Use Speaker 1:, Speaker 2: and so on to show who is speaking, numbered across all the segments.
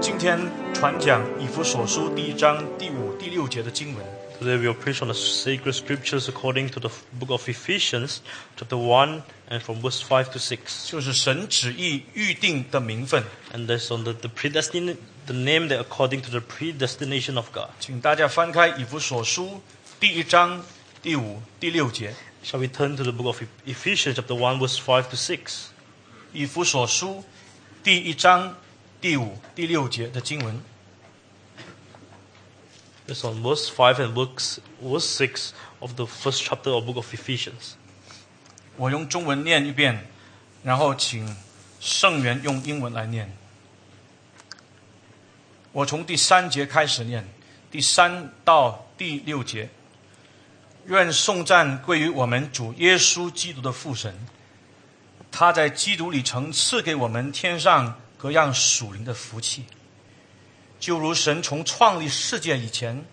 Speaker 1: 今天传讲以弗所书第一章第五、第六节的经文。
Speaker 2: Today we will preach on the sacred scriptures according to the book of Ephesians, chapter 1, and from verse 5 to 6.
Speaker 1: 就是神旨意预定的名分，
Speaker 2: And that's on the, the predestin the name that according to the predestination of God.
Speaker 1: 请大家翻开以弗所书第一章第五、第六节。
Speaker 2: Shall we turn to the book of Eph- Ephesians, chapter 1, verse 5 to 6?
Speaker 1: 以弗所书第一章第五、第六节的经文。
Speaker 2: It's on verse 5 and verse, verse 6 of the first chapter of book of Ephesians.
Speaker 1: 我用中文念一遍，然后请圣元用英文来念。我从第三节开始念，第三到第六节。愿颂赞归于我们主耶稣基督的父神，他在基督里曾赐给我们天上各样属灵的福气，就如神从创立世界以前，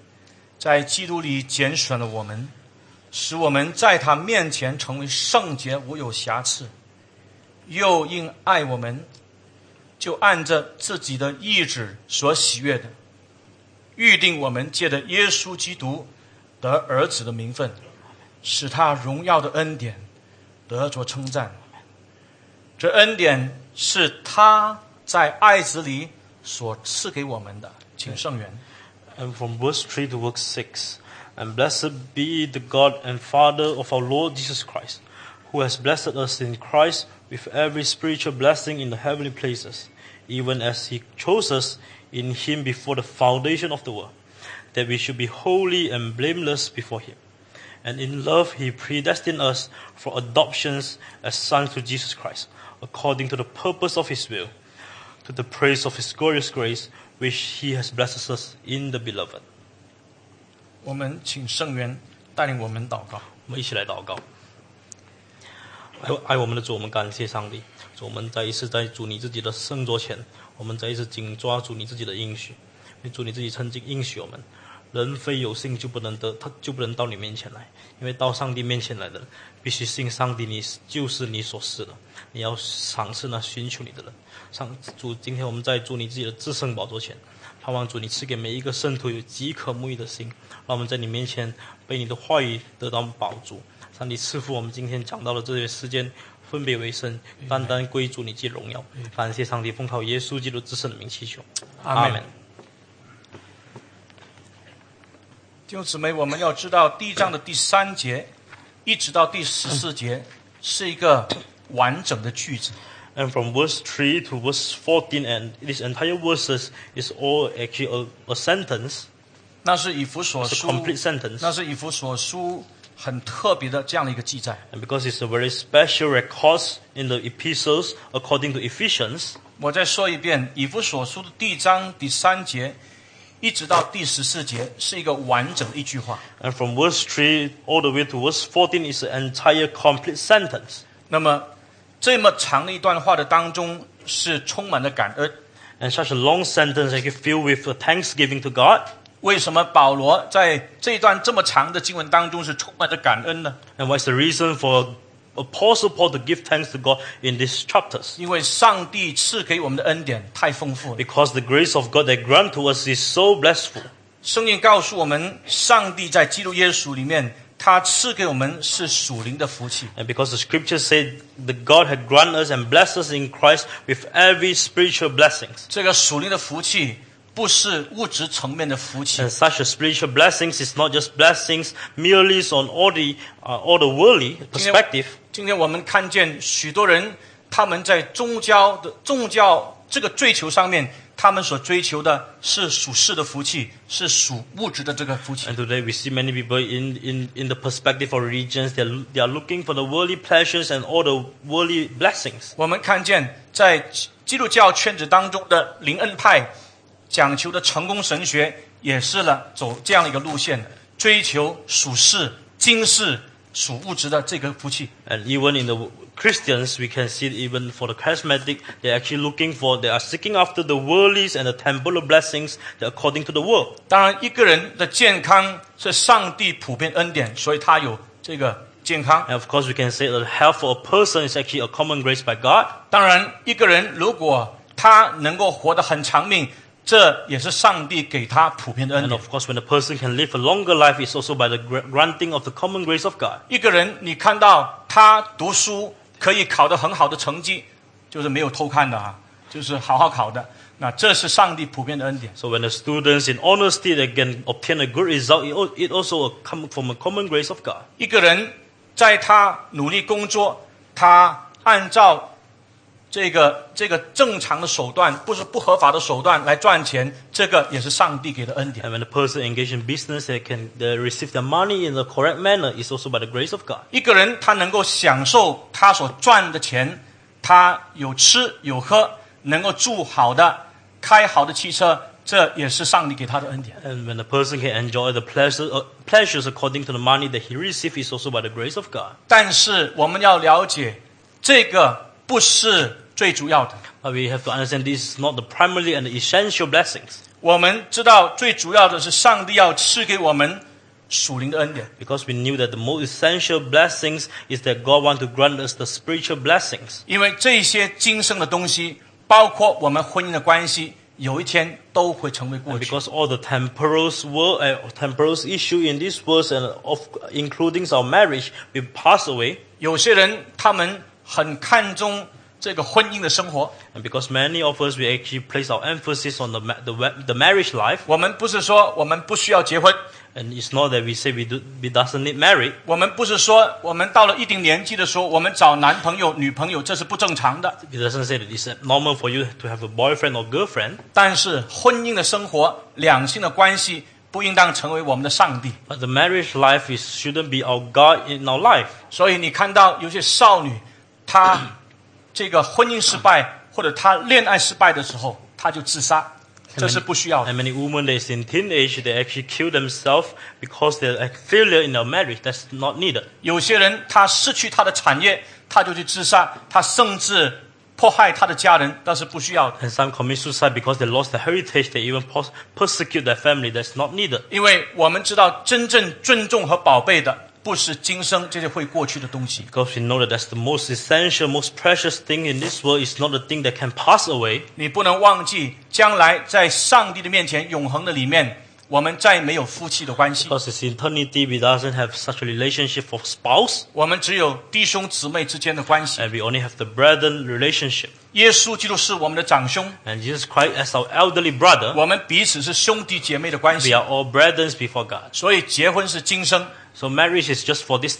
Speaker 1: 在基督里拣选了我们。使我们在他面前成为圣洁，无有瑕疵。又因爱我们，就按着自己的意志所喜悦的，预定我们借着耶稣基督得儿子的名分，使他荣耀的恩典得着称赞。这恩典是他在爱子里所赐给我们的。请圣元。
Speaker 2: And from verse 3 to verse 6. And blessed be the God and Father of our Lord Jesus Christ, who has blessed us in Christ with every spiritual blessing in the heavenly places, even as he chose us in him before the foundation of the world, that we should be holy and blameless before him. And in love he predestined us for adoptions as sons to Jesus Christ, according to the purpose of his will to the praise of His glorious grace, which He has blessed us in the beloved。
Speaker 1: 我们请圣元带领我们祷告。
Speaker 2: 我们一起来祷告。爱爱我们的主，我们感谢上帝。主，我们再一次在主你自己的圣桌前，我们再一次紧抓住你自己的应许。因为主你自己曾经应许我们，人非有信就不能得，他就不能到你面前来。因为到上帝面前来的人，必须信上帝你就是你所是的。你要尝试那寻求你的人。上主，今天我们在主你自己的至圣宝座前，盼望主你赐给每一个圣徒有饥渴沐浴的心，让我们在你面前被你的话语得到饱足。上帝赐福我们今天讲到的这些时间，分别为圣，单单归主你即荣耀。感谢上帝，奉靠耶稣基督之圣的名祈求，阿门。
Speaker 1: 弟兄姊妹，我们要知道第一章的第三节一直到第十四节是一个完整的句子，
Speaker 2: And from verse 3 to verse 14, and this entire verses is all actually a, a sentence,
Speaker 1: 那是以弗所
Speaker 2: it's a
Speaker 1: 书，
Speaker 2: complete sentence.
Speaker 1: 那是以弗所书很特别的这样的一个记载。
Speaker 2: And because it's a very special record in the epistles according to Ephesians,
Speaker 1: 我再说一遍，以弗所书的第一章第三节一直到第十四节是一个完整的一句话。
Speaker 2: and from verse 3 all the way to verse 14 is an entire complete sentence.
Speaker 1: 那么这么长的一段话的当中是充满了感恩。
Speaker 2: And such a long sentence I can fill with a thanksgiving to God.
Speaker 1: 为什么保罗在这一段这么长的经文当中是充满着感恩呢？
Speaker 2: And what's the reason for Apostle Paul to give thanks to God in these chapters?
Speaker 1: 因为上帝赐给我们的恩典太丰富了。
Speaker 2: Because the grace of God that grant to us is so blessful.
Speaker 1: 圣经告诉我们，上帝在基督耶稣里面，他赐给我们是属灵的福气。
Speaker 2: And because the scripture said that God had granted us and blessed us in Christ with every spiritual blessings.
Speaker 1: 这个属灵的福气不是物质层面的福气
Speaker 2: And，such a spiritual blessings is not just blessings merely on all the, uh, all the worldly perspective.
Speaker 1: 今天我们看见许多人他们在宗教的宗教这个追求上面，他们所追求的是属世的福气，是属物质的这个福气
Speaker 2: And。today we see many people in, in, in the perspective of religions, they are, they are looking for the worldly pleasures and all the worldly blessings.
Speaker 1: 我们看见在基督教圈子当中的灵恩派讲求的成功神学，也是了走这样的一个路线，追求属世、今世、属物质的这个福气。
Speaker 2: And even in the Christians, we can see even for the charismatic, they're actually looking for, they are seeking after the worldlies and the temporal blessings that according to the world.
Speaker 1: 当然，一个人的健康是上帝普遍恩典，所以他有这个健康。
Speaker 2: And of course, we can say that health for a person is actually a common grace by God.
Speaker 1: 当然，一个人如果他能够活得很长命，这也是上帝给他普遍的恩
Speaker 2: And
Speaker 1: 典。
Speaker 2: of course, when a person can live a longer life, it's also by the gra- granting of the common grace of God.
Speaker 1: 一个人，你看到他读书可以考得很好的成绩，就是没有偷看的啊，就是好好考的。那这是上帝普遍的恩典。
Speaker 2: So when the students in honesty they can obtain a good result, it al- it also come from a common grace of God.
Speaker 1: 一个人在他努力工作，他按照这个这个正常的手段，不是不合法的手段来赚钱，这个也是上帝给的恩典。
Speaker 2: And when a person engaged in business, they can they receive their money in the correct manner. It's also by the grace of God.
Speaker 1: 一个人他能够享受他所赚的钱，他有吃有喝，能够住好的，开好的汽车，这也是上帝给他的恩典。
Speaker 2: And when a person can enjoy the pleasure, uh, pleasures according to the money that he receives, it's also by the grace of God.
Speaker 1: 但是我们要了解，这个不是最主要的。
Speaker 2: But we have to understand this is not the primary and essential blessings.
Speaker 1: 我们知道最主要的是上帝要赐给我们属灵的恩典。
Speaker 2: Because we knew that the most essential blessings is that God wants to grant us the spiritual blessings.
Speaker 1: 因为这些今生的东西，包括我们婚姻的关系，有一天都会成为过
Speaker 2: And
Speaker 1: 去。
Speaker 2: because all the temporal world, uh, temporal issue in this world, and of including our marriage, will pass away.
Speaker 1: 有些人他们很看重这个婚姻的生活。
Speaker 2: And because many of us we actually place our emphasis on the ma- the, wa- the marriage life,
Speaker 1: 我们不是说我们不需要结婚，
Speaker 2: and it's not that we say we do, we doesn't need marriage.
Speaker 1: 我们不是说我们到了一定年纪的时候，我们找男朋友、女朋友，这是不正常的。
Speaker 2: It doesn't say that it's normal for you to have a boyfriend or girlfriend.
Speaker 1: 但是婚姻的生活、两性的关系不应当成为我们的上帝。
Speaker 2: But the marriage life is shouldn't be our God in our life.
Speaker 1: 所以你看到有些少女，她这个婚姻失败或者她恋爱失败的时候，她就自杀，这是不需要的。
Speaker 2: And many women that is in teenage they actually kill themselves because they're a failure in their marriage. That's not needed.
Speaker 1: 有些人他失去他的产业，他就去自杀，他甚至迫害他的家人，那是不需要的。
Speaker 2: And some commit suicide because they lost their heritage. They even pos- persecute their family. That's not needed.
Speaker 1: 因为我们知道，真正尊重和宝贝的，不是今生这些会过去的东西，
Speaker 2: Because we know that that's the most essential, most precious thing in this world. It's not a thing that can pass away.
Speaker 1: 你不能忘记将来在上帝的面前永恒的里面，我们再没有夫妻的关系，
Speaker 2: Because it's eternity. We doesn't have such a relationship for spouse.
Speaker 1: 我们只有弟兄姊妹之间的关系。
Speaker 2: And we only have the brethren relationship.
Speaker 1: 耶稣基督是我们的长兄，
Speaker 2: And Jesus Christ as our elderly brother.
Speaker 1: 我们彼此是兄弟姐妹的关
Speaker 2: We
Speaker 1: 系，
Speaker 2: are all brethren before God.
Speaker 1: 所以结婚是今生。
Speaker 2: So marriage is just for this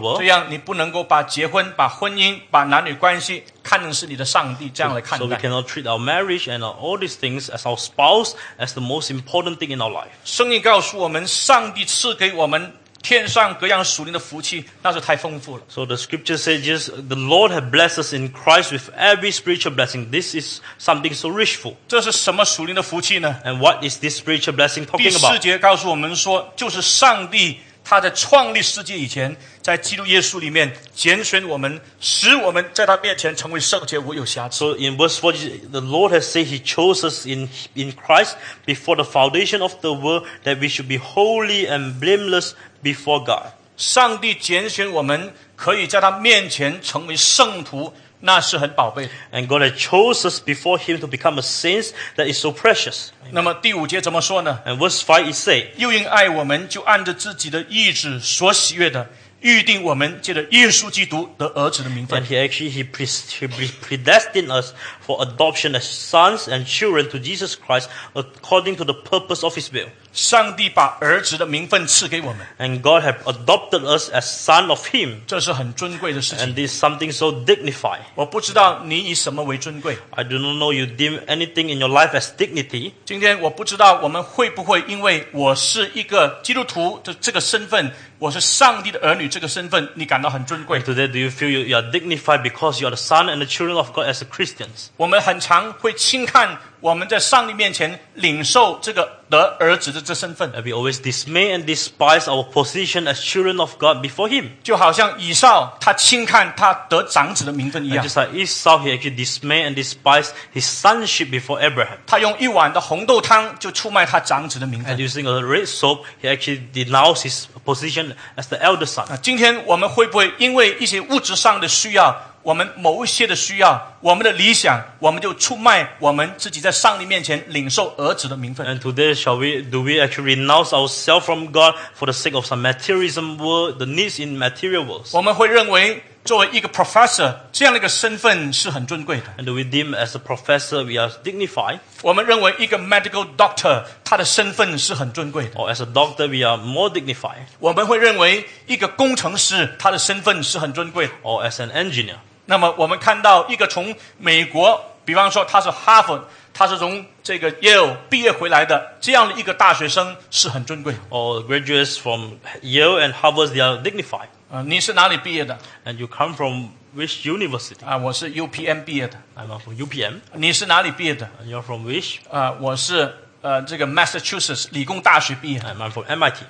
Speaker 1: 这
Speaker 2: world.
Speaker 1: 样你不能够把结婚、把婚姻、把男女关系看成是你的上帝这样来看
Speaker 2: So we
Speaker 1: 待。
Speaker 2: cannot treat our marriage and our- all these things as our spouse as the most important thing in our life.
Speaker 1: 圣经告诉我们，上帝赐给我们天上各样属灵的福气，那是太丰富了。
Speaker 2: So the scripture says, yes, the Lord has blessed us in Christ with every spiritual blessing. This is something so richful.
Speaker 1: 这是什么属灵的福气呢？
Speaker 2: And what is this spiritual blessing
Speaker 1: 第
Speaker 2: talking
Speaker 1: 四
Speaker 2: about?
Speaker 1: 节告诉我们说，就是上帝他在创立世界以前，在基督耶稣里面拣选我们，使我们在他面前成为圣洁，无有瑕疵。
Speaker 2: So in verse 40, the Lord has said he chose us in, in Christ before the foundation of the world that we should be holy and blameless before God.
Speaker 1: 上帝拣选我们，可以在他面前成为圣徒，那是很宝贝的。
Speaker 2: And God has chose us before him to become a saint that is so precious.
Speaker 1: 那么第五节怎么说呢？
Speaker 2: And verse 5 it says,
Speaker 1: 又因爱我们，就按着自己的意志所喜悦的，预定我们借着耶稣基督得儿子的名
Speaker 2: And
Speaker 1: 分。
Speaker 2: he actually he, pre- he pre- predestined us for adoption as sons and children to Jesus Christ according to the purpose of his will.
Speaker 1: 上帝把儿子的名分赐给我们，
Speaker 2: And God had adopted us as son of him.
Speaker 1: 这是很尊贵的事情。
Speaker 2: And this is something so dignified.
Speaker 1: 我不知道你以什么为尊贵。
Speaker 2: I do not know you deem anything in your life as dignity.
Speaker 1: 今天我不知道我们会不会因为我是一个基督徒的这个身份，我是上帝的儿女这个身份，你感到很尊贵。
Speaker 2: Today, do you feel you, you are dignified because you are the son and the children of God as a Christians?
Speaker 1: 我们很常会轻看我们在上帝面前领受这个得儿子的这身份，
Speaker 2: And we always dismay and despise our position as children of God before Him.
Speaker 1: 就好像以少他轻看他得长子的名分一
Speaker 2: And
Speaker 1: 样。
Speaker 2: just like Esau, he actually dismay and despised his sonship before Abraham.
Speaker 1: 他用一碗的红豆汤就出卖他长子的名分
Speaker 2: And。using a red soap, he actually denounced
Speaker 1: Uh.
Speaker 2: his position as the elder son.
Speaker 1: 啊，今天我们会不会因为一些物质上的需要，我们某一些的需要，我们的理想，我们就出卖我们自己在上帝面前领受儿子的名分。
Speaker 2: And today, shall we do we actually renounce ourselves from God for the sake of some materialism world, the needs in material worlds,
Speaker 1: 我们会认为，作为一个 professor 这样的一个身份是很尊贵的。
Speaker 2: and do we deem as a professor we are dignified,
Speaker 1: 我们认为一个 medical doctor 他的身份是很尊贵的。
Speaker 2: or as a doctor we are more dignified,
Speaker 1: 我们会认为一个工程师他的身份是很尊贵的。
Speaker 2: or as an engineer?
Speaker 1: 那么我们看到一个从美国，比方说他是哈佛，他是从这个 Yale 毕业回来的这样的一个大学生是很尊贵的。
Speaker 2: or graduates from Yale and Harvard, they are dignified.
Speaker 1: 呃，你是哪里毕业的？
Speaker 2: And you come from which university?
Speaker 1: 啊、我是 UPM 毕业的。
Speaker 2: I'm from UPM,
Speaker 1: 你是哪里毕业的？
Speaker 2: and you're from which?
Speaker 1: 啊、我是呃这个 Massachusetts 理工大学毕业的。
Speaker 2: And I'm from MIT.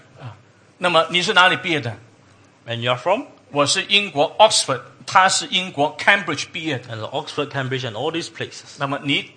Speaker 1: 那么你是哪里毕业的？
Speaker 2: And you're from?
Speaker 1: 我是英国 Oxford，他是英国 Cambridge 毕业的。
Speaker 2: And Oxford, Cambridge, and all these places.
Speaker 1: 那么你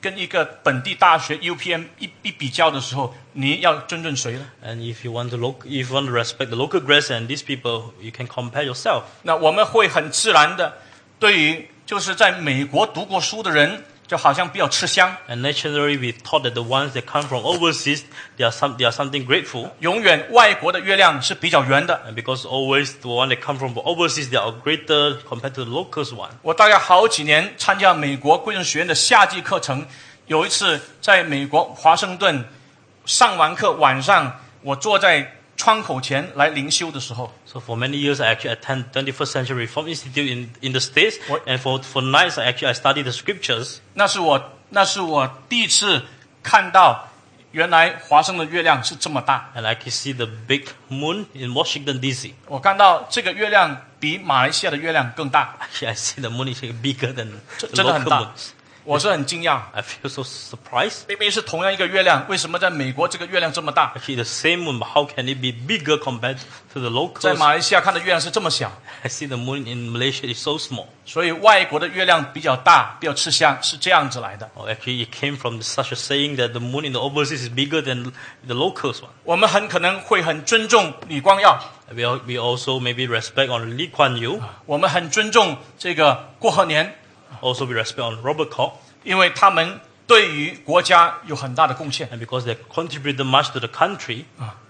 Speaker 1: 跟一个本地大学 UPM 一一比较的时候，你要尊重谁呢？
Speaker 2: And if you want to look, if you want to respect the local grads and these people, you can compare yourself.
Speaker 1: 那我们会很自然的，对于就是在美国读过书的人，就好像比较吃香，
Speaker 2: And naturally, we thought that the ones that come from overseas, they are some, they are something grateful.
Speaker 1: 永远外国的月亮是比较圆的。
Speaker 2: And because always the one that come from overseas, they are greater compared to the locals one.
Speaker 1: 我大概好几年参加美国贵人学院的夏季课程，有一次在美国华盛顿上完课，晚上我坐在窗口前来灵修的时候，
Speaker 2: So for many years, I actually attend 21st Century Reform Institute in, in the States,
Speaker 1: What?
Speaker 2: and for for nights, I actually I study the scriptures.
Speaker 1: 那是我那是我第一次看到，原来华盛顿月亮是这么大。
Speaker 2: And I can see the big moon in Washington D.C.
Speaker 1: 我看到这个月亮比马来西亚的月亮更大，
Speaker 2: Actually, I see the moon is bigger than the
Speaker 1: 真的很
Speaker 2: local
Speaker 1: 大
Speaker 2: moon.，
Speaker 1: 我是很惊讶。
Speaker 2: I feel so surprised.
Speaker 1: 明明是同样一个月亮，为什么在美国这个月亮这么大，
Speaker 2: Actually, the same moon, but how can it be bigger compared to the
Speaker 1: 在
Speaker 2: locals?
Speaker 1: 马来西亚看的月亮是这么小？
Speaker 2: I see the moon in Malaysia is so small.
Speaker 1: 所以外国的月亮比较大，比较吃香，是这样子来的。
Speaker 2: Or actually, it came from such a saying that the moon in the overseas is bigger than the locals one.
Speaker 1: 我们很可能会很尊重李光耀，
Speaker 2: We, al- we also maybe respect on Lee Kuan Yew,
Speaker 1: 我们很尊重这个郭鹤年，
Speaker 2: also we respect on Robert Koch.
Speaker 1: 因为他们对于国家有很大的贡献。
Speaker 2: and because they contributed much to the country,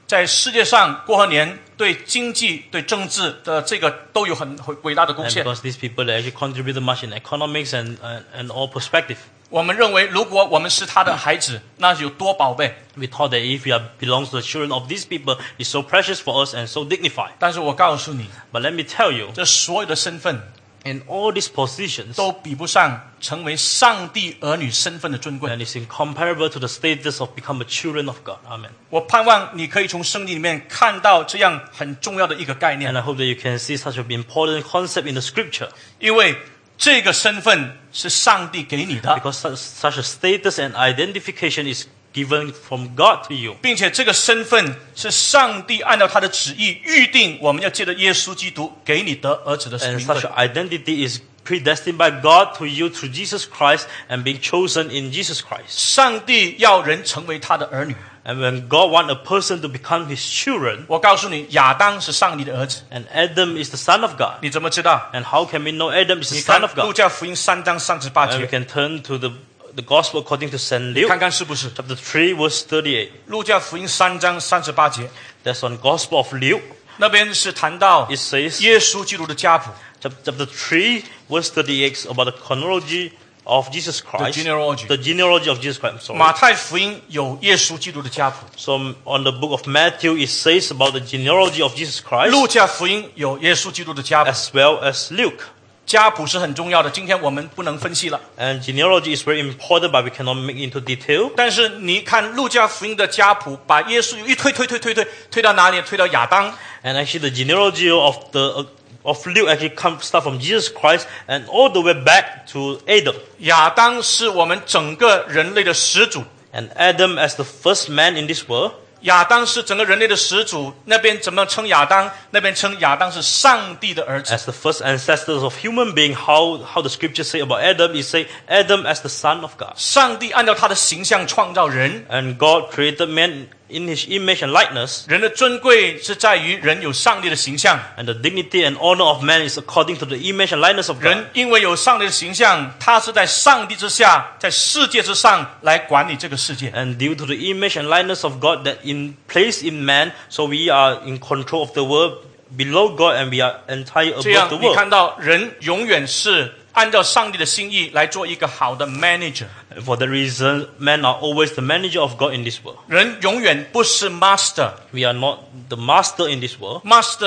Speaker 1: 在世界上，郭鹤年对经济、对政治的这个都有很很伟大的贡
Speaker 2: and
Speaker 1: 献。
Speaker 2: because these people they actually contributed much in economics and, and, and all perspective.
Speaker 1: 我们认为，如果我们是他的孩子，那有多宝贝。
Speaker 2: We thought that if we are belongs to the children of these people, it's so precious for us and so dignified.
Speaker 1: 但是我告诉你，
Speaker 2: But let me tell you,
Speaker 1: 这所有的身份
Speaker 2: in all these positions,
Speaker 1: 都比不上成为上帝儿女身份的尊贵。
Speaker 2: and it's incomparable to the status of become a children of God. Amen.
Speaker 1: 我盼望你可以从圣经里面看到这样很重要的一个概
Speaker 2: And
Speaker 1: 念，
Speaker 2: I hope that you can see such an important concept in the scripture
Speaker 1: 因为这个身份是上帝给你的，
Speaker 2: because such, such a status and identification is given from God to you.
Speaker 1: 并且这个身份是上帝按照他的旨意预定，我们要借着耶稣基督给你得儿子的
Speaker 2: And
Speaker 1: 名
Speaker 2: such
Speaker 1: 分。
Speaker 2: an identity is predestined by God to you through Jesus Christ and being chosen in Jesus Christ.
Speaker 1: 上帝要人成为他的儿女。
Speaker 2: And when God wants a person to become his children,
Speaker 1: 我告诉你，亚当是上帝的儿子，
Speaker 2: and Adam is the son of God.
Speaker 1: 你怎么知道？
Speaker 2: And how can we know Adam is the
Speaker 1: 你看《
Speaker 2: son of
Speaker 1: 路
Speaker 2: God?
Speaker 1: 加福音》三章三十八
Speaker 2: And we
Speaker 1: 节，
Speaker 2: can turn to the, the gospel according to St.
Speaker 1: 看
Speaker 2: Luke,
Speaker 1: 看是不是《
Speaker 2: chapter 3, verse 38.
Speaker 1: 路加福音》三章三十八节。
Speaker 2: That's on gospel of Luke.
Speaker 1: 那边是谈到
Speaker 2: It says,
Speaker 1: 耶稣基督的家谱
Speaker 2: chap- chapter 3, verse 38, about the chronology of Jesus
Speaker 1: ，the
Speaker 2: Christ.
Speaker 1: genealogy。
Speaker 2: The genealogy of Jesus Christ, I'm sorry.
Speaker 1: 马太福音有耶稣基督的家谱，
Speaker 2: So on the book of Matthew, it says about the genealogy of Jesus Christ
Speaker 1: 路加福音有耶稣基督的家谱。
Speaker 2: as well as Luke.
Speaker 1: 家谱是很重要的，今天我们不能分析了。
Speaker 2: And genealogy is very important, but we cannot make into detail.
Speaker 1: 但是你看路加福音的家谱，把耶稣一推推推推推推到哪里？推到亚当。
Speaker 2: And actually, the genealogy of the uh, of Luke actually comes start from Jesus Christ and all the way back to Adam.
Speaker 1: 亚当是我们整个人类的始祖，
Speaker 2: And Adam as the first man in this world.
Speaker 1: 亚当是整个人类的始祖。那边怎么称亚当？那边称亚当是上帝的儿子。
Speaker 2: As the first ancestors of human being, how, how the scriptures say about Adam, it say Adam as the son of God.
Speaker 1: 上帝按照他的形象创造人，
Speaker 2: And God created man in his image and likeness,
Speaker 1: 人的尊贵是在于人有上帝的形象，
Speaker 2: and the dignity and honor of man is according to the image and likeness of
Speaker 1: 人
Speaker 2: God.
Speaker 1: 因为有上帝的形象，他是在上帝之下，在世界之上来管理这个世界。
Speaker 2: And due to the image and likeness of God that in place in man, so we are in control of the world below God and we are entire
Speaker 1: 这
Speaker 2: above
Speaker 1: 样
Speaker 2: the
Speaker 1: 你
Speaker 2: world.
Speaker 1: 看到人永远是按照上帝的心意来做一个好的 manager，
Speaker 2: For that reason, men are always the manager of God in this world.
Speaker 1: 人永远不是 master，master
Speaker 2: We are not the master in this world,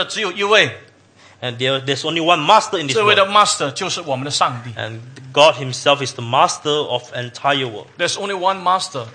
Speaker 1: 只有一位，
Speaker 2: and there, there's only one master in this
Speaker 1: 这位
Speaker 2: world.
Speaker 1: 的 master 就是我们的上帝。
Speaker 2: And God Himself is the master of entire world.
Speaker 1: There's only one master.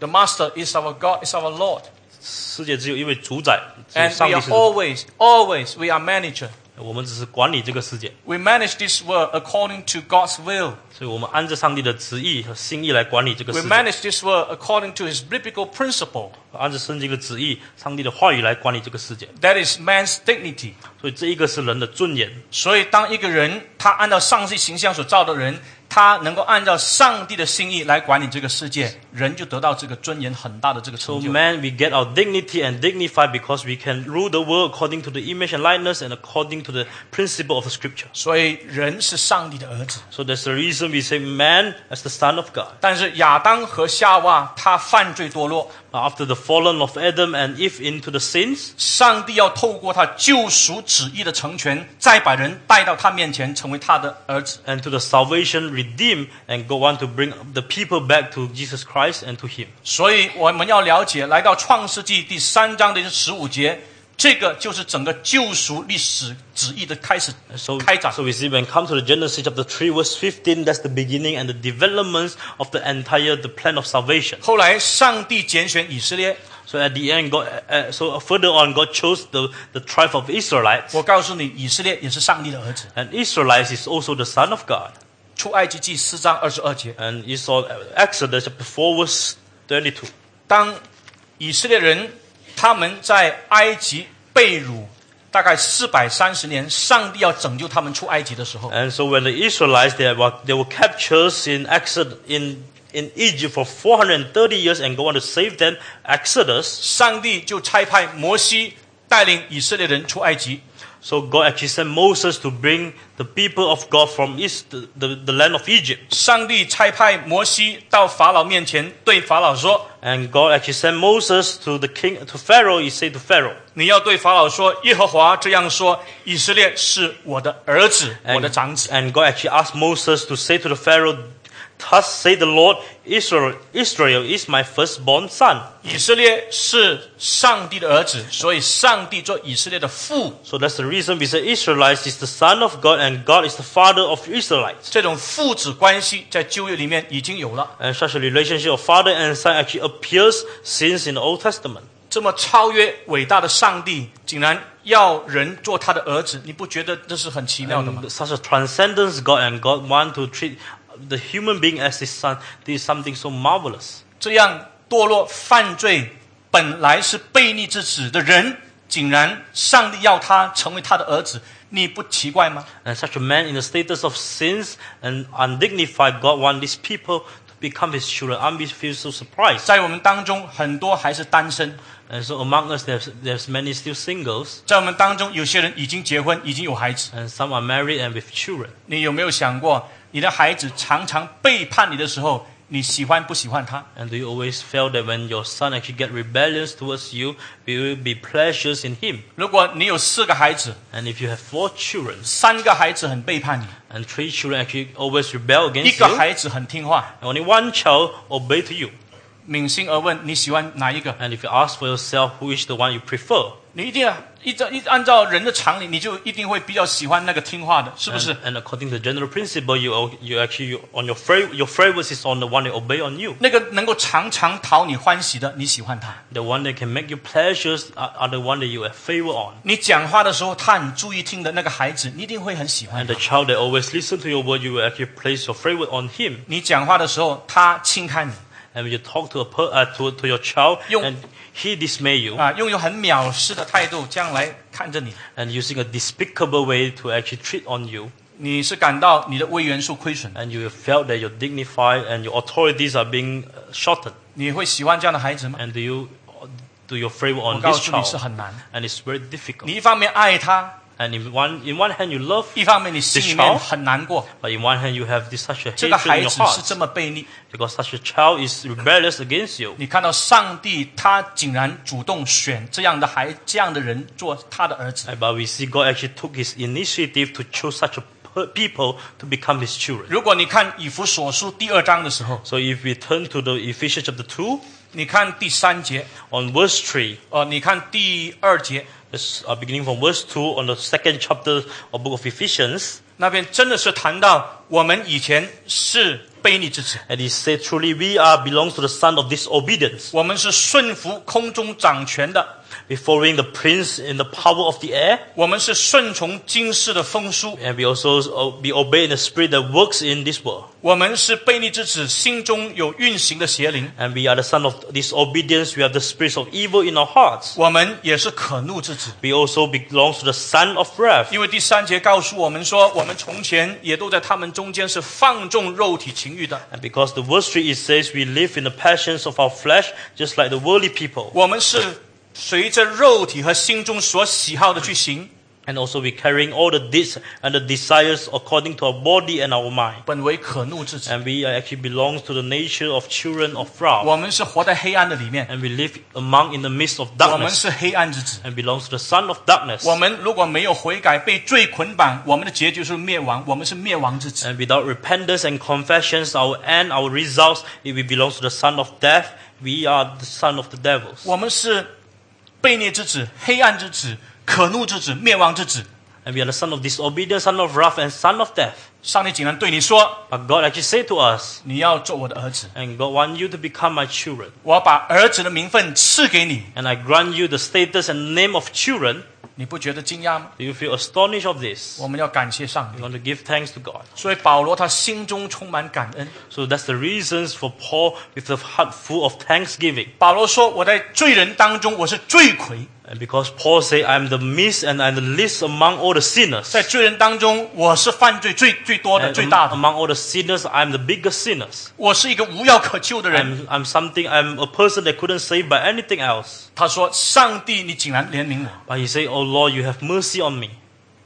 Speaker 1: The master is our God, is our Lord.
Speaker 2: 世界只有一位主宰，只有
Speaker 1: And
Speaker 2: 上
Speaker 1: we are
Speaker 2: 帝是。
Speaker 1: always, always, we are manager.
Speaker 2: 我们只是管理这个世界，
Speaker 1: We manage this world according to God's will.
Speaker 2: 所以我们按着上帝的旨意和心意来管理这个
Speaker 1: We
Speaker 2: 世界，
Speaker 1: manage this world according to his biblical principle.
Speaker 2: 按着圣经的旨意、上帝的话语来管理这个世界。
Speaker 1: That is man's dignity.
Speaker 2: 所以这一个是人的尊严。
Speaker 1: 所以，当一个人他按照上帝形象所造的人，他能够按照上帝的心意来管理这个世界，人就得到这个尊严很大的这个
Speaker 2: So
Speaker 1: 成就。
Speaker 2: man, we get our dignity and dignified because we can rule the world according to the image and likeness and according to the principle of the Scripture.
Speaker 1: 所以，人是上帝的儿子。
Speaker 2: So that's the reason we say man as the son of God.
Speaker 1: 但是亚当和夏娃他犯罪堕落，
Speaker 2: After the fallen of Adam and Eve into the sins,
Speaker 1: 上帝要透过他救赎旨意的成全，再把人带到他面前，成为他的儿子。
Speaker 2: and to the salvation redeem and go on to bring the people back to Jesus Christ and to Him.
Speaker 1: 所以我们要了解，来到创世纪第三章的十五节，这个就是整个救赎历史旨意的开始
Speaker 2: So,
Speaker 1: 开展
Speaker 2: so。we see when come to the Genesis chapter 3 verse 15, that's the beginning and the developments of the entire the plan of salvation.
Speaker 1: 后来，上帝拣选以色列。
Speaker 2: So at the end, God, uh, uh, so further on, God chose the, the tribe of Israelites.
Speaker 1: 我告诉你，以色列也是上帝的儿子。
Speaker 2: And Israelites is also the son of God.
Speaker 1: 出埃及记四章二十二节，
Speaker 2: And you saw uh, Exodus chapter 4 verse 22.
Speaker 1: 当以色列人他们在埃及被掳，大概四百三十年，上帝要拯救他们出埃及的时候，
Speaker 2: And so when the Israelites, they were, they were captured in Exodus, in, in Egypt for 430 years and go on to save them, Exodus.
Speaker 1: 上帝就差派摩西带领以色列人出埃及。
Speaker 2: So God actually sent Moses to bring the people of God from East, the, the, the land of Egypt.
Speaker 1: 上帝差派摩西到法老面前，对法老说
Speaker 2: And God actually sent Moses to the king, to Pharaoh, he said to Pharaoh.：“
Speaker 1: 你要对法老说，耶和华这样说：以色列是我的儿子，
Speaker 2: 哎
Speaker 1: 我的长子。
Speaker 2: And God actually asked Moses to say to the Pharaoh, Thus say the Lord, Israel, Israel is my firstborn son.
Speaker 1: 以色列是上帝的儿子，所以上帝做以色列的父。
Speaker 2: So that's the reason we say Israelites is the son of God and God is the father of Israelites.
Speaker 1: 这种父子关系在旧约里面已经有了，
Speaker 2: And such a relationship of father and son actually appears since in the Old Testament.
Speaker 1: 这么超越伟大的上帝，竟然要人做他的儿子，你不觉得这是很奇妙的吗？
Speaker 2: And such a transcendence God and God want to treat the human being as his son. This is something so marvelous.
Speaker 1: 这样堕落犯罪，本来是悖逆之子的人，竟然上帝要他成为他的儿子，你不奇怪吗？
Speaker 2: And such a man in the status of sins and undignified, God want these people to become his children. I'm we feel so surprised.
Speaker 1: 在我们当中，很多还是单身，
Speaker 2: And so among us, there's, there's many still singles,
Speaker 1: 在我们当中，有些人已经结婚，已经有孩子。
Speaker 2: and some are married and with children.
Speaker 1: 你有没有想过，你的孩子常常背叛你的时候，你喜欢不喜欢他？
Speaker 2: And do you always feel that when your son actually get rebellious towards you, there will be pleasures in him?
Speaker 1: 如果你有四个孩子，
Speaker 2: And if you have four children,
Speaker 1: 三个孩子很背叛你，
Speaker 2: and three children actually always rebel
Speaker 1: 一
Speaker 2: against you,
Speaker 1: 个
Speaker 2: and
Speaker 1: 孩子很听话，
Speaker 2: only one child obey to you.
Speaker 1: 扪心而问，你喜欢哪一个？
Speaker 2: And if you ask for yourself who is the one you prefer,
Speaker 1: 你一定要一照一按照人的常理，你就一定会比较喜欢那个听话的，是不
Speaker 2: and,
Speaker 1: 是？
Speaker 2: and according to the general principle, you you actually you, on your fav, your favorites is on the one that obey on you.
Speaker 1: 那个能够常常讨你欢喜的，你喜欢他。
Speaker 2: The one that can make you pleasures are, are the one that you have favor on.
Speaker 1: 你讲话的时候，他很注意听的那个孩子，你一定会很喜欢
Speaker 2: And
Speaker 1: 他
Speaker 2: the。child that always listen to your word, you will actually place your favor on him.
Speaker 1: 你讲话的时候，他轻看你
Speaker 2: And when you talk to a per, uh, to, to your child,
Speaker 1: Yung-
Speaker 2: and he dismay you,
Speaker 1: 啊，用有很藐视的态度，这样来看着你，
Speaker 2: and using a despicable way to actually treat on you,
Speaker 1: 你是感到你的微元素亏损的，
Speaker 2: and you will felt that your dignify and your authorities are being uh, shortened.
Speaker 1: 你会喜欢这样的孩子吗？
Speaker 2: And do you do your favor
Speaker 1: 我
Speaker 2: on
Speaker 1: 告
Speaker 2: this
Speaker 1: 诉你是
Speaker 2: child,
Speaker 1: 很难。
Speaker 2: and it's very difficult.
Speaker 1: 你一方面爱他，
Speaker 2: And in one in one hand you love,
Speaker 1: 一方面你心里面很难过。
Speaker 2: but in one hand you have this such a
Speaker 1: 这个
Speaker 2: hatred
Speaker 1: 孩
Speaker 2: in your
Speaker 1: 子是
Speaker 2: heart
Speaker 1: 这么悖逆。
Speaker 2: because such a child is rebellious against you.
Speaker 1: 你看到上帝他竟然主动选这样的孩这样的人做他的儿子。
Speaker 2: And- But we see God actually took His initiative to choose such a per- people to become His children.
Speaker 1: 如果你看以弗所书第二章的时候，
Speaker 2: So if we turn to the Ephesians chapter two,
Speaker 1: 你看第三节，
Speaker 2: on verse three,
Speaker 1: 呃，你看第二节
Speaker 2: this, uh, beginning from verse two on the second chapter of book of Ephesians,
Speaker 1: 那边真的是谈到我们以前是悖逆之子，
Speaker 2: and He said, "Truly we are belongs to the Son of disobedience,
Speaker 1: 我们是顺服空中掌权的，
Speaker 2: we following the Prince in the power of the air."
Speaker 1: 我们是顺从今世的风俗，
Speaker 2: And we also uh, be obey the spirit that works in this world.
Speaker 1: 我们是悖逆之子，心中有运行的邪灵，
Speaker 2: And we are the son of disobedience. We have the spirits of evil in our hearts.
Speaker 1: 我们也是可怒之子。
Speaker 2: We also belong to the son of wrath.
Speaker 1: 因为第三节告诉我们说，我们从前也都在他们中间是放纵肉体情欲的，
Speaker 2: And because the verse 3 it says we live in the passions of our flesh, just like the worldly people.
Speaker 1: 我们是随着肉体和心中所喜好的去行，
Speaker 2: And also we carrying all the deeds and the desires according to our body and our mind.
Speaker 1: 本为可怒之子。
Speaker 2: And we are actually belongs to the nature of children of wrath.
Speaker 1: 我们是活在黑暗的里面，
Speaker 2: And we live among in the midst of
Speaker 1: 我们
Speaker 2: darkness.
Speaker 1: 是黑暗之子。
Speaker 2: And belongs to the son of darkness.
Speaker 1: 我们如果没有悔改，被罪捆绑，我们的结局是灭亡，我们是灭亡之子。
Speaker 2: And without repentance and confessions, our end, our results, if we belong to the son of death, we are the son of the devils.
Speaker 1: 我们是悖逆之子、黑暗之子、可怒之子、灭亡之子。
Speaker 2: And we are the son of disobedience, son of wrath, and son of death.
Speaker 1: 上帝竟然对你说
Speaker 2: But God actually said to us,：“
Speaker 1: 你要做我的儿子，
Speaker 2: and God want you to become my children.
Speaker 1: 我把儿子的名分赐给你。
Speaker 2: And I grant you the status and name of children. ”
Speaker 1: 你不觉得惊讶吗？
Speaker 2: Do you feel astonished of this?
Speaker 1: 我们要感谢上帝
Speaker 2: You。want to give thanks to God.
Speaker 1: 所以保罗他心中充满感恩。
Speaker 2: So that's the reasons for Paul with the heart full of thanksgiving.
Speaker 1: 保罗说：“我在罪人当中，我是罪魁；
Speaker 2: And because Paul said, I am the least and I am the least among all the sinners.
Speaker 1: 在罪人当中，我是犯罪最最多的、
Speaker 2: And
Speaker 1: 最大的。
Speaker 2: among all the sinners, I am the biggest sinners.
Speaker 1: 我是一个无药可救的人。
Speaker 2: I'm, I'm something, I'm a person that couldn't save by anything else. ”
Speaker 1: 他说：“上帝，你竟然怜悯我。”
Speaker 2: But he said, Oh Lord, you have mercy on me.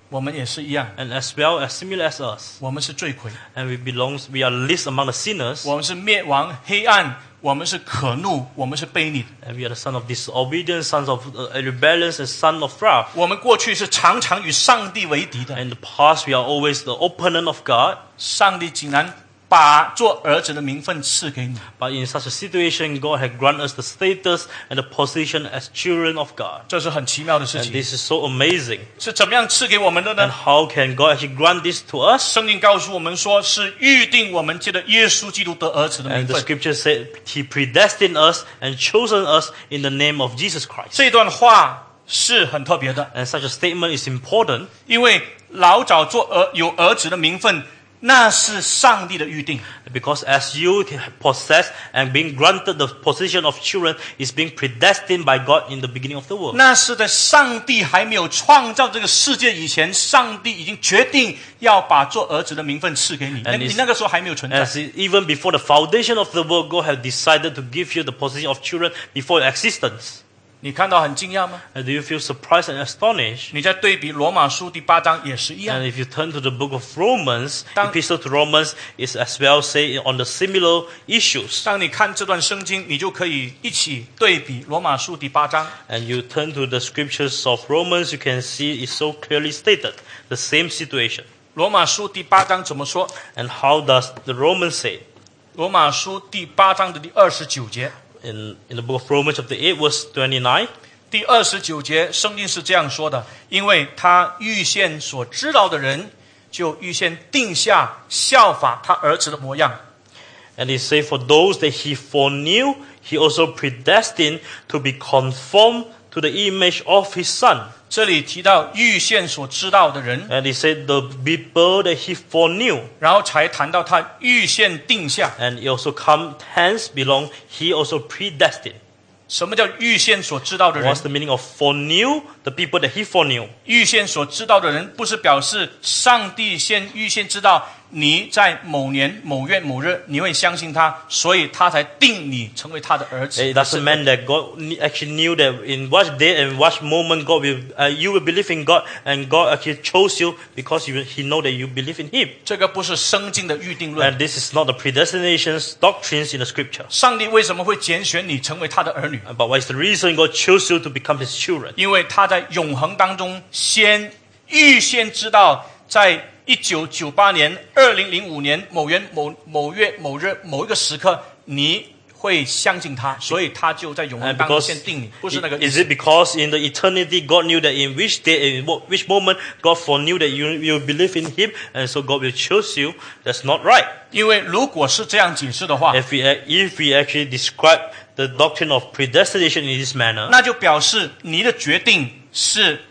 Speaker 1: 我们也是一样，
Speaker 2: And as well as similar as us.
Speaker 1: 我们是罪魁，
Speaker 2: And we belongs, we are least among the sinners.
Speaker 1: 我们是灭亡、黑暗，我们是可怒，我们是悖逆的。
Speaker 2: And we are the son of disobedience, sons of uh, rebellions, and son of wrath.
Speaker 1: 我们过去是常常与上帝为敌的，
Speaker 2: In the past, we are always the opponent of God.
Speaker 1: 上帝竟然把做儿子的名分赐给你，
Speaker 2: But in such a situation, God had granted us the status and the position as children of God.
Speaker 1: 这是很奇妙的事
Speaker 2: And
Speaker 1: 情。
Speaker 2: this is so amazing.
Speaker 1: 是怎么样赐给我们的
Speaker 2: And
Speaker 1: 呢？
Speaker 2: how can God actually grant this to us?
Speaker 1: 圣经告诉我们说，是预定我们借着耶稣基督得儿子的
Speaker 2: And
Speaker 1: 名
Speaker 2: the
Speaker 1: 分。
Speaker 2: scripture said he predestined us and chosen us in the name of Jesus Christ.
Speaker 1: 这段话是很特别的，
Speaker 2: And such a statement is important
Speaker 1: 因为老早做儿有儿子的名分，那是上帝的预定。
Speaker 2: because as you possess and being granted the position of children is being predestined by God in the beginning of the world.
Speaker 1: 那是在上帝还没有创造这个世界以前，上帝已经决定要把做儿子的名分赐给你。那
Speaker 2: And
Speaker 1: 你
Speaker 2: it's-
Speaker 1: 那个时候还没有存在，
Speaker 2: As it- even before the foundation of the world, God had decided to give you the position of children before your existence.
Speaker 1: 你看到很惊讶吗？
Speaker 2: And do you feel surprised and astonished?
Speaker 1: 你在对比罗马书第八章也是一样
Speaker 2: And。if you turn to the book of Romans,
Speaker 1: Tang-
Speaker 2: Epistle to Romans is as well say on the similar issues.
Speaker 1: 当你看这段圣经，你就可以一起对比罗马书第八章。
Speaker 2: And you turn to the scriptures of Romans, you can see it's so clearly stated the same situation.
Speaker 1: 罗马书第八章怎么说？
Speaker 2: And how does the Romans say?
Speaker 1: 罗马书第八章的第二十九节，
Speaker 2: In, in the book of Romans, chapter 8, verse 29,
Speaker 1: 第二十九节圣经是这样说的：因为他预先所知道的人，就预先定下效法他儿子的模样。
Speaker 2: and it says, For those that he foreknew, he also predestined to be conformed to the image of his son.
Speaker 1: 这里提到预先所知道的人，
Speaker 2: And it said, The people that he foreknew.
Speaker 1: 然后才谈到他预先定下。
Speaker 2: And it also come hence belong, he also predestined.
Speaker 1: 什么叫预先所知道的人
Speaker 2: What's？the meaning of foreknew? The people that he foreknew.
Speaker 1: 预先所知道的人，不是表示上帝先预先知道你在某年某月某日你会相信他，所以他才定你成为他的儿子。
Speaker 2: It doesn't mean that God kn- actually knew that in what day and what moment God will, uh, you will believe in God and God actually chose you because you, He know that you believe in Him.
Speaker 1: 这个不是圣经的预定论。
Speaker 2: And this is not the predestination's doctrines in the Scripture.
Speaker 1: 上帝为什么会拣选你成为他的儿女？
Speaker 2: But what is the reason God chose you to become His children?
Speaker 1: 因为他在永恒当中先预先知道，在一九九八年、二零零五年某年某某月某日某一个时刻，你会相信他，所以他就在永恒
Speaker 2: And
Speaker 1: 当中
Speaker 2: because
Speaker 1: 先定你，不是那个意
Speaker 2: is
Speaker 1: 思。
Speaker 2: it 哎 because in the eternity God knew that in which day, in what, which moment God foreknew that you you believe in Him, and so God will choose you? That's not right.
Speaker 1: 因为如果是这样解释的话，
Speaker 2: If we ac- if we actually describe the doctrine of predestination in this manner,
Speaker 1: 那就表示你的决定是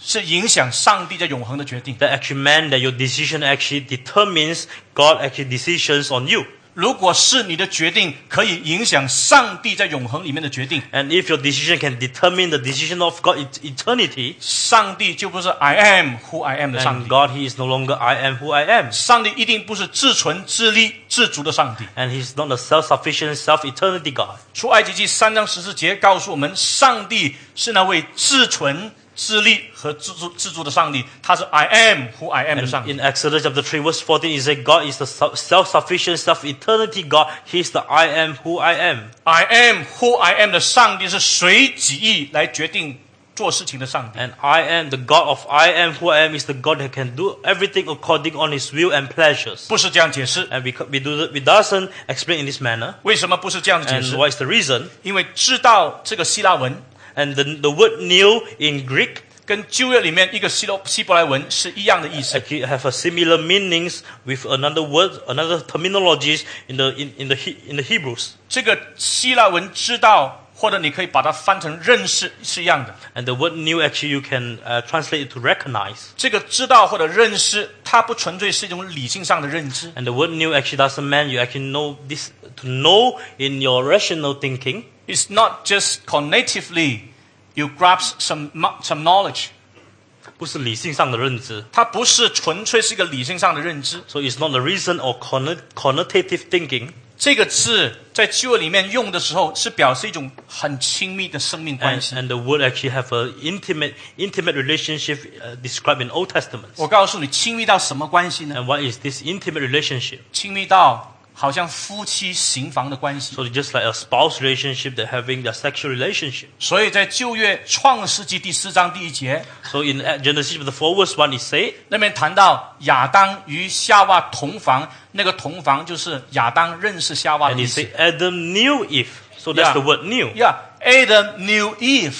Speaker 1: 是影响上帝在永恒的决定。
Speaker 2: that actually meant that your decision actually determines God actually decisions on you.
Speaker 1: 如果是你的决定可以影响上帝在永恒里面的决定，
Speaker 2: And if your decision can determine the decision of God in eternity,
Speaker 1: 上帝就不是 I am who I am 的上
Speaker 2: and
Speaker 1: 帝。
Speaker 2: God He is no longer I am who I am.
Speaker 1: 上帝一定不是自存、自立、自足的上帝。
Speaker 2: And He's not a self-sufficient, self-eternity God.
Speaker 1: 出埃及记三章十四节告诉我们，上帝是那位自存、自立和自足、自足的上帝，他是 I am who I am 的上
Speaker 2: And
Speaker 1: 帝。
Speaker 2: in Exodus chapter 3, verse 14, it says, God is the self- self-sufficient, self-eternity God. He is the I am who I am.
Speaker 1: I am who I am 的上帝是随己意来决定做事情的上帝。
Speaker 2: And I am, the God of I am who I am, is the God that can do everything according on his will and pleasures.
Speaker 1: 不是这样解释。
Speaker 2: And we, co- we, do, we doesn't explain in this manner.
Speaker 1: 为什么不是这样的解
Speaker 2: And
Speaker 1: 释？
Speaker 2: what is the reason?
Speaker 1: 因为知道这个希腊文
Speaker 2: And the, the word new in Greek
Speaker 1: 跟旧约里面一个希罗希伯来文是一样的意思。
Speaker 2: actually have a similar meanings with another word, another terminologies in the, in, in the, He- in the Hebrews.
Speaker 1: 这个希腊文知道，或者你可以把它翻成认识是一样的。
Speaker 2: And the word new actually you can uh, translate it to recognize.
Speaker 1: 这个知道或者认识，它不纯粹是一种理性上的认知，
Speaker 2: And the word new actually doesn't mean you actually know this to know in your rational thinking.
Speaker 1: It's not just cognitively you grasp some mo- some knowledge，
Speaker 2: 不是理性上的认知。
Speaker 1: 它不是纯粹是一个理性上的认知。
Speaker 2: So it's not the reason or conno- connotative thinking.
Speaker 1: 这个字在旧约里面用的时候，是表示一种很亲密的生命关
Speaker 2: And,
Speaker 1: 系。
Speaker 2: and the word actually have a intimate intimate relationship uh, described in Old Testament.
Speaker 1: 我告诉你，亲密到什么关系呢？
Speaker 2: And what is this intimate relationship?
Speaker 1: 亲密到好像夫妻行房的关系。
Speaker 2: So it's just like a spouse relationship, they're having their sexual relationship.
Speaker 1: 所以在旧约创世纪第四章第一节
Speaker 2: So in uh, Genesis the four verse one, it say
Speaker 1: 那边谈到亚当与夏娃同房，那个同房就是亚当认识夏娃的
Speaker 2: and
Speaker 1: 意
Speaker 2: it
Speaker 1: 思
Speaker 2: say。Adam knew Eve. So that's
Speaker 1: Yeah.
Speaker 2: the word knew.
Speaker 1: Yeah, Adam knew Eve，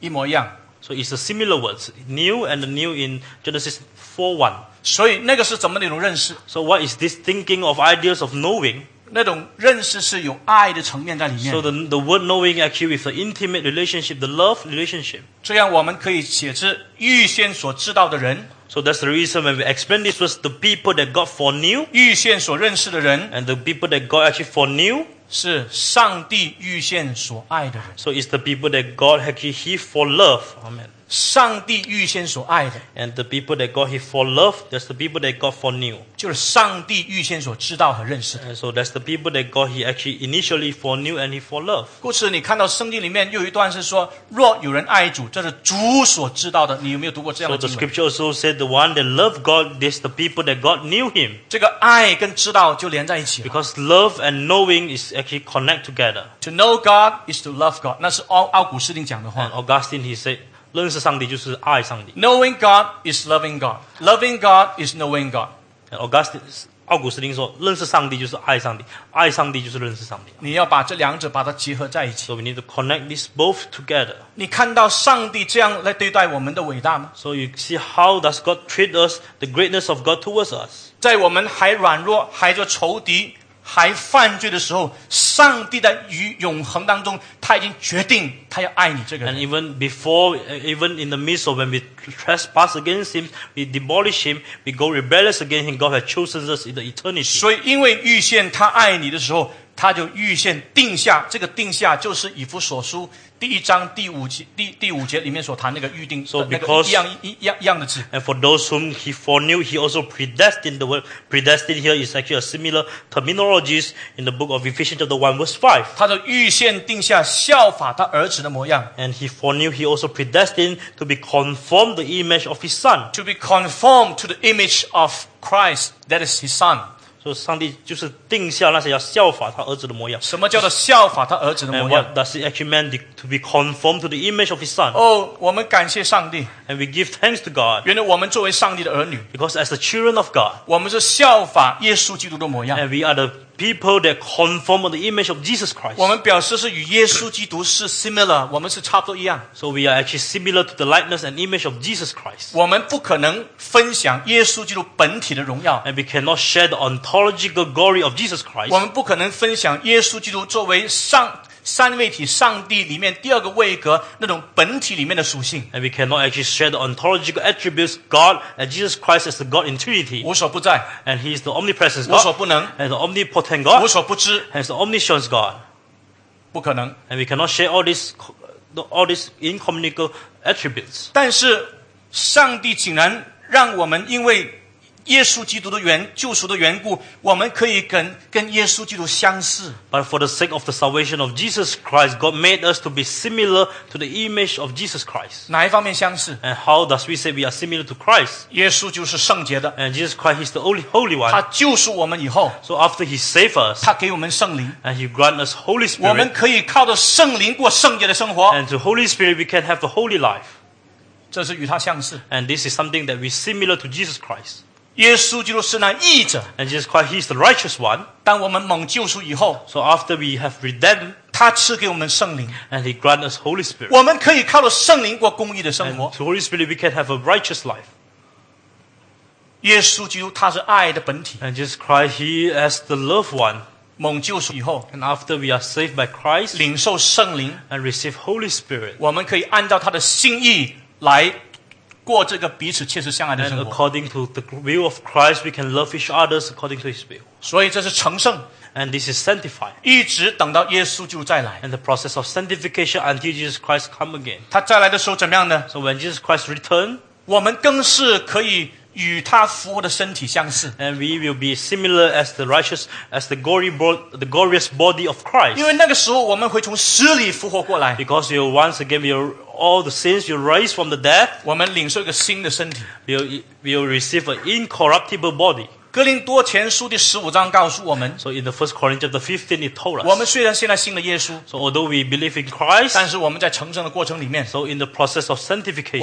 Speaker 1: 一模一样。
Speaker 2: So it's a similar words, new and the new in Genesis four one.
Speaker 1: 所以那个是怎么的一种认识？
Speaker 2: So what is this thinking of ideas of knowing?
Speaker 1: 那种认识是有爱的层面在里
Speaker 2: So
Speaker 1: 面。
Speaker 2: the, the word knowing actually with the intimate relationship, the love relationship.
Speaker 1: 这样我们可以写之预先所知道的人，
Speaker 2: So that's the reason when we explain this was the people that God foreknew
Speaker 1: 预先所认识的人
Speaker 2: and the people that God actually foreknew.
Speaker 1: 是上帝预先所爱的人，
Speaker 2: So it's the people that God actually He foreloved. Amen.
Speaker 1: 上帝预先所爱的
Speaker 2: And the people that God He foreloved, that's the people that God foreknew.
Speaker 1: 就是上帝预先所知道和认识的。
Speaker 2: And so that's the people that God He actually initially foreknew and He foreloved.
Speaker 1: 故此，你看到圣经里面又有一段是说：“若有人爱主，这是主所知道的。”你有没有读过这样
Speaker 2: So
Speaker 1: 的
Speaker 2: the
Speaker 1: 经文？
Speaker 2: scripture also said the one that loved God, this the people that God knew Him.
Speaker 1: 这个爱跟知道就连在一起了。
Speaker 2: Because love and knowing is actually connect together.
Speaker 1: To know God is to love God，那是奥奥古斯丁讲的话
Speaker 2: And。Augustine he said, 认识上帝就是爱上帝。
Speaker 1: Knowing God is loving God，loving God is knowing God。
Speaker 2: And Augustine 奥古斯丁说，认识上帝就是爱上帝，爱上帝就是认识上帝。
Speaker 1: 你要把这两者把它结合在一起。
Speaker 2: So we need to connect these both together.
Speaker 1: 你看到上帝这样来对待我们的伟大吗？
Speaker 2: So you see how does God treat us, the greatness of God towards us.
Speaker 1: 在我们还软弱、还做仇敌、还犯罪的时候，上帝在与永恒当中，他已经决定他要爱你这个人
Speaker 2: And。even before, uh, even in the midst of when we trespass against Him, we demolish Him, we go rebellious against Him, God has chosen us in the eternity.
Speaker 1: 所以，因为遇见他爱你的时候，他就预先定下，这个定下就是以弗所书第一章第五节第第五节里面所谈那个预定
Speaker 2: So
Speaker 1: 那个
Speaker 2: because-
Speaker 1: 一样一一样一样的字。
Speaker 2: And for those whom he foreknew, he also predestined. The word predestined here is actually a similar terminology in the book of Ephesians chapter 1 verse 5.
Speaker 1: 他就预先定下效法他儿子的模样
Speaker 2: And he foreknew, he also predestined to be conformed the image of his son.
Speaker 1: ，to be conformed to the image of Christ, that is his son。
Speaker 2: 所以上帝就是定下那些要效法他儿子的模样。
Speaker 1: 什么叫做效法他儿子的
Speaker 2: And
Speaker 1: 模样？
Speaker 2: what does it actually mean to be conformed to the image of his son?
Speaker 1: 哦，我们感谢上帝，
Speaker 2: And we give thanks to God
Speaker 1: 原来我们作为上帝的儿女，
Speaker 2: because as the children of God,
Speaker 1: 我们是效法耶稣基督的模样。
Speaker 2: and we are the people that conform to the image of Jesus Christ.
Speaker 1: 我们表示是与耶稣基督是 similar，我们是差不多一样。
Speaker 2: So we are actually similar to the likeness and image of Jesus Christ.
Speaker 1: 我们不可能分享耶稣基督本体的荣耀，
Speaker 2: and we cannot share the ontological glory of Jesus Christ.
Speaker 1: 我们不可能分享耶稣基督作为上三位体上帝里面第二个位格那种本体里面的属性，
Speaker 2: And we cannot actually share the ontological attributes God and Jesus Christ as the God in Trinity.
Speaker 1: 无所不在，
Speaker 2: And He is the omnipresent
Speaker 1: 无所
Speaker 2: God,
Speaker 1: 不能，
Speaker 2: and the omnipotent
Speaker 1: 无
Speaker 2: God,
Speaker 1: 所不知，
Speaker 2: and the omniscience God.
Speaker 1: 不可能。
Speaker 2: And we cannot share all these, all these incommunicable attributes.
Speaker 1: 但是上帝竟然让我们因为耶稣基督的缘救赎的缘故，我们可以跟跟耶稣基督相似。
Speaker 2: But for the sake of the salvation of Jesus Christ, God made us to be similar to the image of Jesus Christ.
Speaker 1: 哪一方面相似？
Speaker 2: And how does we say we are similar to Christ?
Speaker 1: 耶稣就是圣洁的，
Speaker 2: And Jesus Christ is the only holy
Speaker 1: 他
Speaker 2: one.
Speaker 1: 救赎我们以后，
Speaker 2: So after He saved us,
Speaker 1: 他给我们圣灵。
Speaker 2: and He grant us Holy
Speaker 1: 我
Speaker 2: Spirit,
Speaker 1: 们可以靠着圣灵过圣洁的生活，
Speaker 2: And to Holy Spirit, we can have a holy life.
Speaker 1: 嗯这是与他相似。
Speaker 2: And this is something that we similar to Jesus Christ.
Speaker 1: 耶稣基督是那义者。
Speaker 2: And Jesus Christ, He is the righteous one.
Speaker 1: 当我们蒙救赎以后，
Speaker 2: So after we have redeemed,
Speaker 1: 他赐给我们圣灵，
Speaker 2: and He grant us Holy Spirit.
Speaker 1: 我们可以靠着圣灵过公义的生
Speaker 2: And
Speaker 1: 活。
Speaker 2: to Holy Spirit, we can have a righteous life.
Speaker 1: 耶稣基督他是爱的本体，
Speaker 2: And Jesus Christ, He as the loved one.
Speaker 1: 蒙救赎以后，
Speaker 2: And after we are saved by Christ
Speaker 1: 领受圣灵，
Speaker 2: and receive Holy Spirit,
Speaker 1: 我们可以按照他的心意来过这个彼此切实相爱的
Speaker 2: and
Speaker 1: 生活。
Speaker 2: according to the will of Christ, we can love each other according to His will.
Speaker 1: 所以这是成圣，
Speaker 2: And this is sanctified.
Speaker 1: 一直等到耶稣基督再来。
Speaker 2: And the process of sanctification until Jesus Christ come again.
Speaker 1: 他再来的时候怎么样呢？
Speaker 2: So when Jesus Christ return,
Speaker 1: 我们更是可以与他复活的身体相似。
Speaker 2: and we will be similar as the righteous, as the glory, bo- the glorious body of
Speaker 1: 因
Speaker 2: Christ.
Speaker 1: 为那个时候我们会从死里复活过来，
Speaker 2: Because you once again, will all the sins you raise from the death,
Speaker 1: 我们领受一个新的身体。
Speaker 2: will will receive an incorruptible body.
Speaker 1: 哥林多前书第十五章告诉我们，
Speaker 2: So in the First Corinthians chapter 15, it told
Speaker 1: 我们
Speaker 2: us.
Speaker 1: 虽然现在信了耶稣，
Speaker 2: So although we believe in
Speaker 1: 但
Speaker 2: Christ,
Speaker 1: 是我们在成圣的过程里面，
Speaker 2: so in the process of
Speaker 1: 我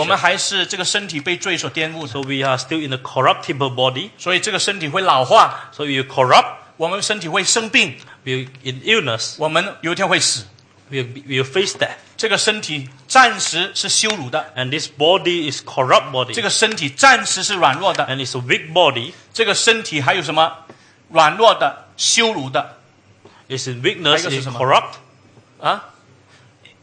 Speaker 1: 们
Speaker 2: sanctification,
Speaker 1: 还是这个身体被罪所玷污的，
Speaker 2: so we are still in a corruptible body.
Speaker 1: 所以这个身体会老化，
Speaker 2: So we will corrupt,
Speaker 1: 我们身体会生病，
Speaker 2: we will in illness,
Speaker 1: 我们有一天会死。
Speaker 2: we will, we will face death.
Speaker 1: 这个身体暂时是羞辱的，
Speaker 2: And this body is corrupt
Speaker 1: 这
Speaker 2: body,
Speaker 1: 个身体暂时是软弱的，
Speaker 2: and it's a weak body.
Speaker 1: 这个身体还有什么软弱的、羞辱的
Speaker 2: It's in weakness,
Speaker 1: 还有一个是什么？
Speaker 2: it's corrupt,
Speaker 1: 啊，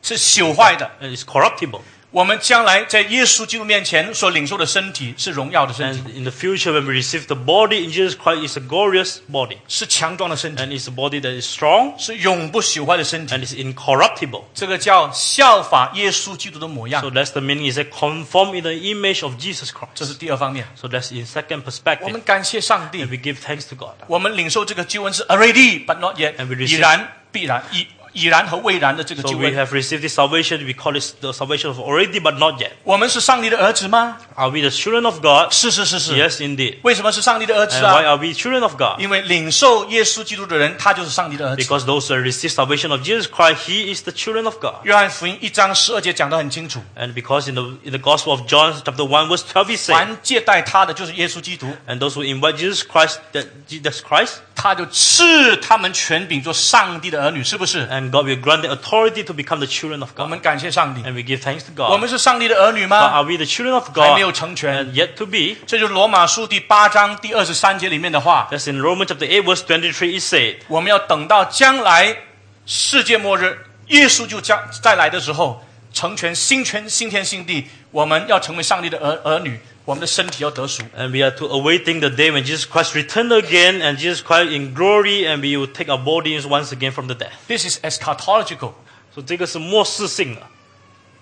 Speaker 1: 是朽坏的。
Speaker 2: and it's corruptible.
Speaker 1: 我们将来在耶稣基督面前所领受的身体是荣耀的身体，
Speaker 2: And in the future, when we receive the body in Jesus Christ, it's a glorious body.
Speaker 1: 是强壮的身体，
Speaker 2: And it's a body that is strong
Speaker 1: 是永不朽坏的身体。
Speaker 2: and it's incorruptible.
Speaker 1: 这个叫效法耶稣基督的模
Speaker 2: So
Speaker 1: 样，
Speaker 2: that's the meaning, is that conform in the image of Jesus
Speaker 1: 这是
Speaker 2: Christ.
Speaker 1: 第二方面。
Speaker 2: So that's in
Speaker 1: 我
Speaker 2: second
Speaker 1: 们
Speaker 2: perspective.
Speaker 1: 感谢上
Speaker 2: And
Speaker 1: 帝，
Speaker 2: we give thanks to God.
Speaker 1: 我们领受这个救恩是 already but not yet，
Speaker 2: 嗯 And we
Speaker 1: 已
Speaker 2: receive-
Speaker 1: 然、必然、已已然和未然的这个
Speaker 2: So
Speaker 1: 救
Speaker 2: we
Speaker 1: 恩。
Speaker 2: have received this salvation. We call it the salvation of already, but not yet.
Speaker 1: 我们是上帝的儿子吗？
Speaker 2: Are we the children of God?
Speaker 1: 是是是是。
Speaker 2: Yes, indeed.
Speaker 1: 为什么是上帝的儿
Speaker 2: And
Speaker 1: 子
Speaker 2: why
Speaker 1: 啊？
Speaker 2: are we children of God?
Speaker 1: 因为领受耶稣基督的人，他就是上帝的儿子。
Speaker 2: Because those who receive salvation of Jesus Christ, He is the children of God.
Speaker 1: 约翰福音一章十二节讲得很清楚，
Speaker 2: And because in the in the Gospel of John, chapter one, verse twelve, he said,
Speaker 1: 凡接待他的就是耶稣基督，
Speaker 2: "And those who invite Jesus Christ, that Jesus Christ,
Speaker 1: 他就赐他们权柄做上帝的儿女，是不是？
Speaker 2: and God will grant the authority to become the children of
Speaker 1: 我
Speaker 2: God."
Speaker 1: 们感谢上帝，
Speaker 2: And we give thanks to
Speaker 1: 我
Speaker 2: God.
Speaker 1: 们是上帝的儿女
Speaker 2: But
Speaker 1: 吗？
Speaker 2: are we the children of
Speaker 1: 还没有
Speaker 2: God
Speaker 1: 成全。
Speaker 2: and yet to be?
Speaker 1: 这就是罗马书第八章第二十三节里面的话。
Speaker 2: That's in Romans chapter eight, verse twenty-three. It said,
Speaker 1: 我们要等到将来世界末日，耶稣就将再来的时候，成全新全新天新地，我们要成为上帝的儿儿女，我们的身体要得赎。
Speaker 2: And we are to awaiting the day when Jesus Christ returned again and Jesus Christ in glory and we will take our bodies once again from the death.
Speaker 1: This is eschatological,
Speaker 2: 所以这个是末世性的，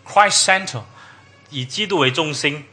Speaker 1: Christ center.
Speaker 2: 以基督为中心。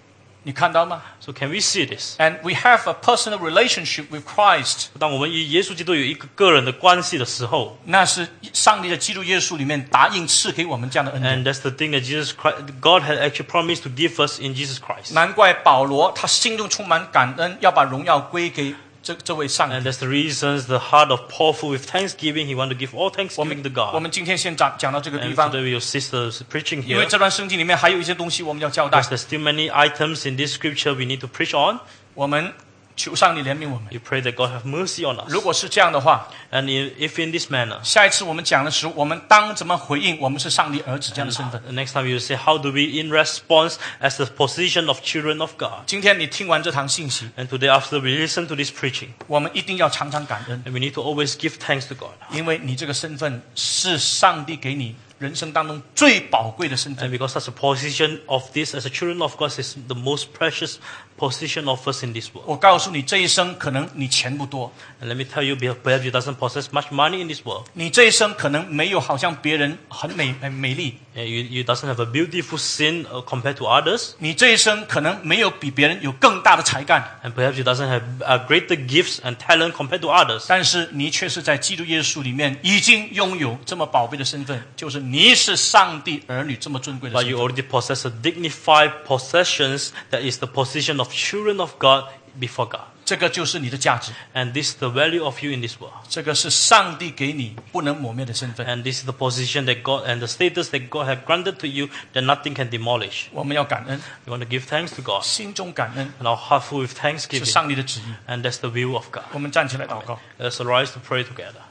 Speaker 1: 你看到吗
Speaker 2: So can we see this？
Speaker 1: ？And we have a personal relationship with Christ，
Speaker 2: 当我们与耶稣基督有一个个人的关系的时候
Speaker 1: 那是上帝的基督耶稣里面答应赐给我们这样的恩典。
Speaker 2: ，and that's the thing that Jesus Christ, God had actually promised to give us in Jesus Christ.
Speaker 1: 难怪保罗他心中充满感恩，要把荣耀归给这这位上帝。
Speaker 2: And that's the reasons the heart of Paul full with thanksgiving, he wanted to give all
Speaker 1: 我
Speaker 2: thanksgiving
Speaker 1: 们
Speaker 2: to
Speaker 1: 我
Speaker 2: God.
Speaker 1: 们今天先讲讲到这个地
Speaker 2: And
Speaker 1: 方，
Speaker 2: today we have sisters preaching
Speaker 1: 因为
Speaker 2: here.
Speaker 1: 这段圣经里面还有一些东西我们要交代
Speaker 2: Because。there's still many items in this scripture we need to preach on.
Speaker 1: 我们求上帝怜悯我们。
Speaker 2: You pray that God have mercy on us.
Speaker 1: 如果是这样的话，
Speaker 2: And i- if in this manner,
Speaker 1: 下一次我们讲的时候，我们当怎么回应我们是上帝儿子这样的身份？
Speaker 2: the next time you say, how do we in response as the position of children of God?
Speaker 1: 今天你听完这堂信息，
Speaker 2: And today after we listen to this preaching,
Speaker 1: 我们一定要常常感恩，
Speaker 2: and we need to always give thanks to God.
Speaker 1: 因为你这个身份是上帝给你人生当中最宝贵的身份。
Speaker 2: And because such a position of this as a children of God is the most precious position of us in this world.
Speaker 1: 我告诉你，这一生可能你钱不多，
Speaker 2: And let me tell you, perhaps you doesn't possess much money in this world.
Speaker 1: 你这一生可能没有好像别人很美很美丽，
Speaker 2: And you, you doesn't have a beautiful sin uh, compared to others.
Speaker 1: 你这一生可能没有比别人有更大的才干，
Speaker 2: And perhaps you doesn't have uh, greater gifts and talent compared to others.
Speaker 1: 但是你却是在基督耶稣里面已经拥有这么宝贝的身份，就是你是上帝儿女这么尊贵的
Speaker 2: But
Speaker 1: 身
Speaker 2: you
Speaker 1: 份。
Speaker 2: already possess a dignified possessions that is the position of children of God before God.
Speaker 1: 这个就是你的价值，
Speaker 2: And this is the value of you in this world.
Speaker 1: 这个是上帝给你不能抹灭的身份。
Speaker 2: And this is the position that God and the status that God have granted to you that nothing can demolish.
Speaker 1: 我们要感恩，
Speaker 2: You want to give thanks to God
Speaker 1: 心中感恩
Speaker 2: and our heart full with
Speaker 1: 是
Speaker 2: thanksgiving.
Speaker 1: 上帝的旨意。
Speaker 2: And that's the will of God.
Speaker 1: 我们站起来祷告，
Speaker 2: Let's arise to pray together.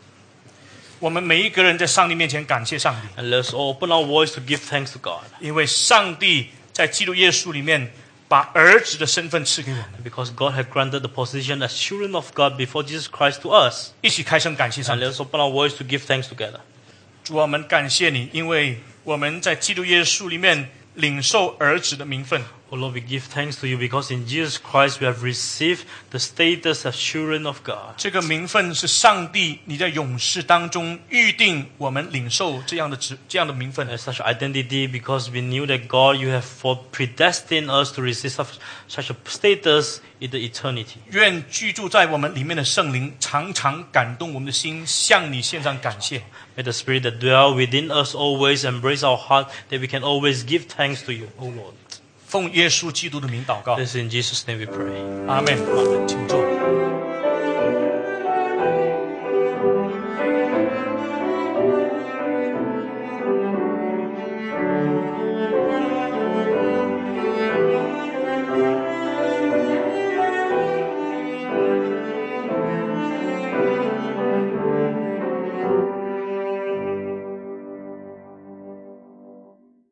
Speaker 1: 我们每一个人在上帝面前感谢上帝，
Speaker 2: And let's all open our voice to give thanks to God.
Speaker 1: 因为上帝在基督耶稣里面把儿子的身份赐给我们，
Speaker 2: Because God had granted the position as children of God before Jesus Christ to us.
Speaker 1: 一起开声感谢上
Speaker 2: And
Speaker 1: 帝。
Speaker 2: let's open our voice to give thanks together.
Speaker 1: 主啊，我们感谢你，因为我们在基督耶稣里面领受儿子的名分。
Speaker 2: Oh Lord, we give thanks to you because in Jesus Christ we have received the status as children of God.
Speaker 1: 这个名分是上帝你在勇士当中预定我们领受这样的职这样的名分。
Speaker 2: As uh, such identity because we knew that God, you have for predestined us to receive such, such a status in the eternity.
Speaker 1: 愿居住在我们里面的圣灵常常感动我们的心，向你献上感谢。
Speaker 2: May the Spirit that dwell within us always embrace our heart that we can always give thanks to you, O Lord.
Speaker 1: 奉耶稣基督的名祷告，
Speaker 2: This is in Jesus' name we pray.
Speaker 1: 阿门。请坐。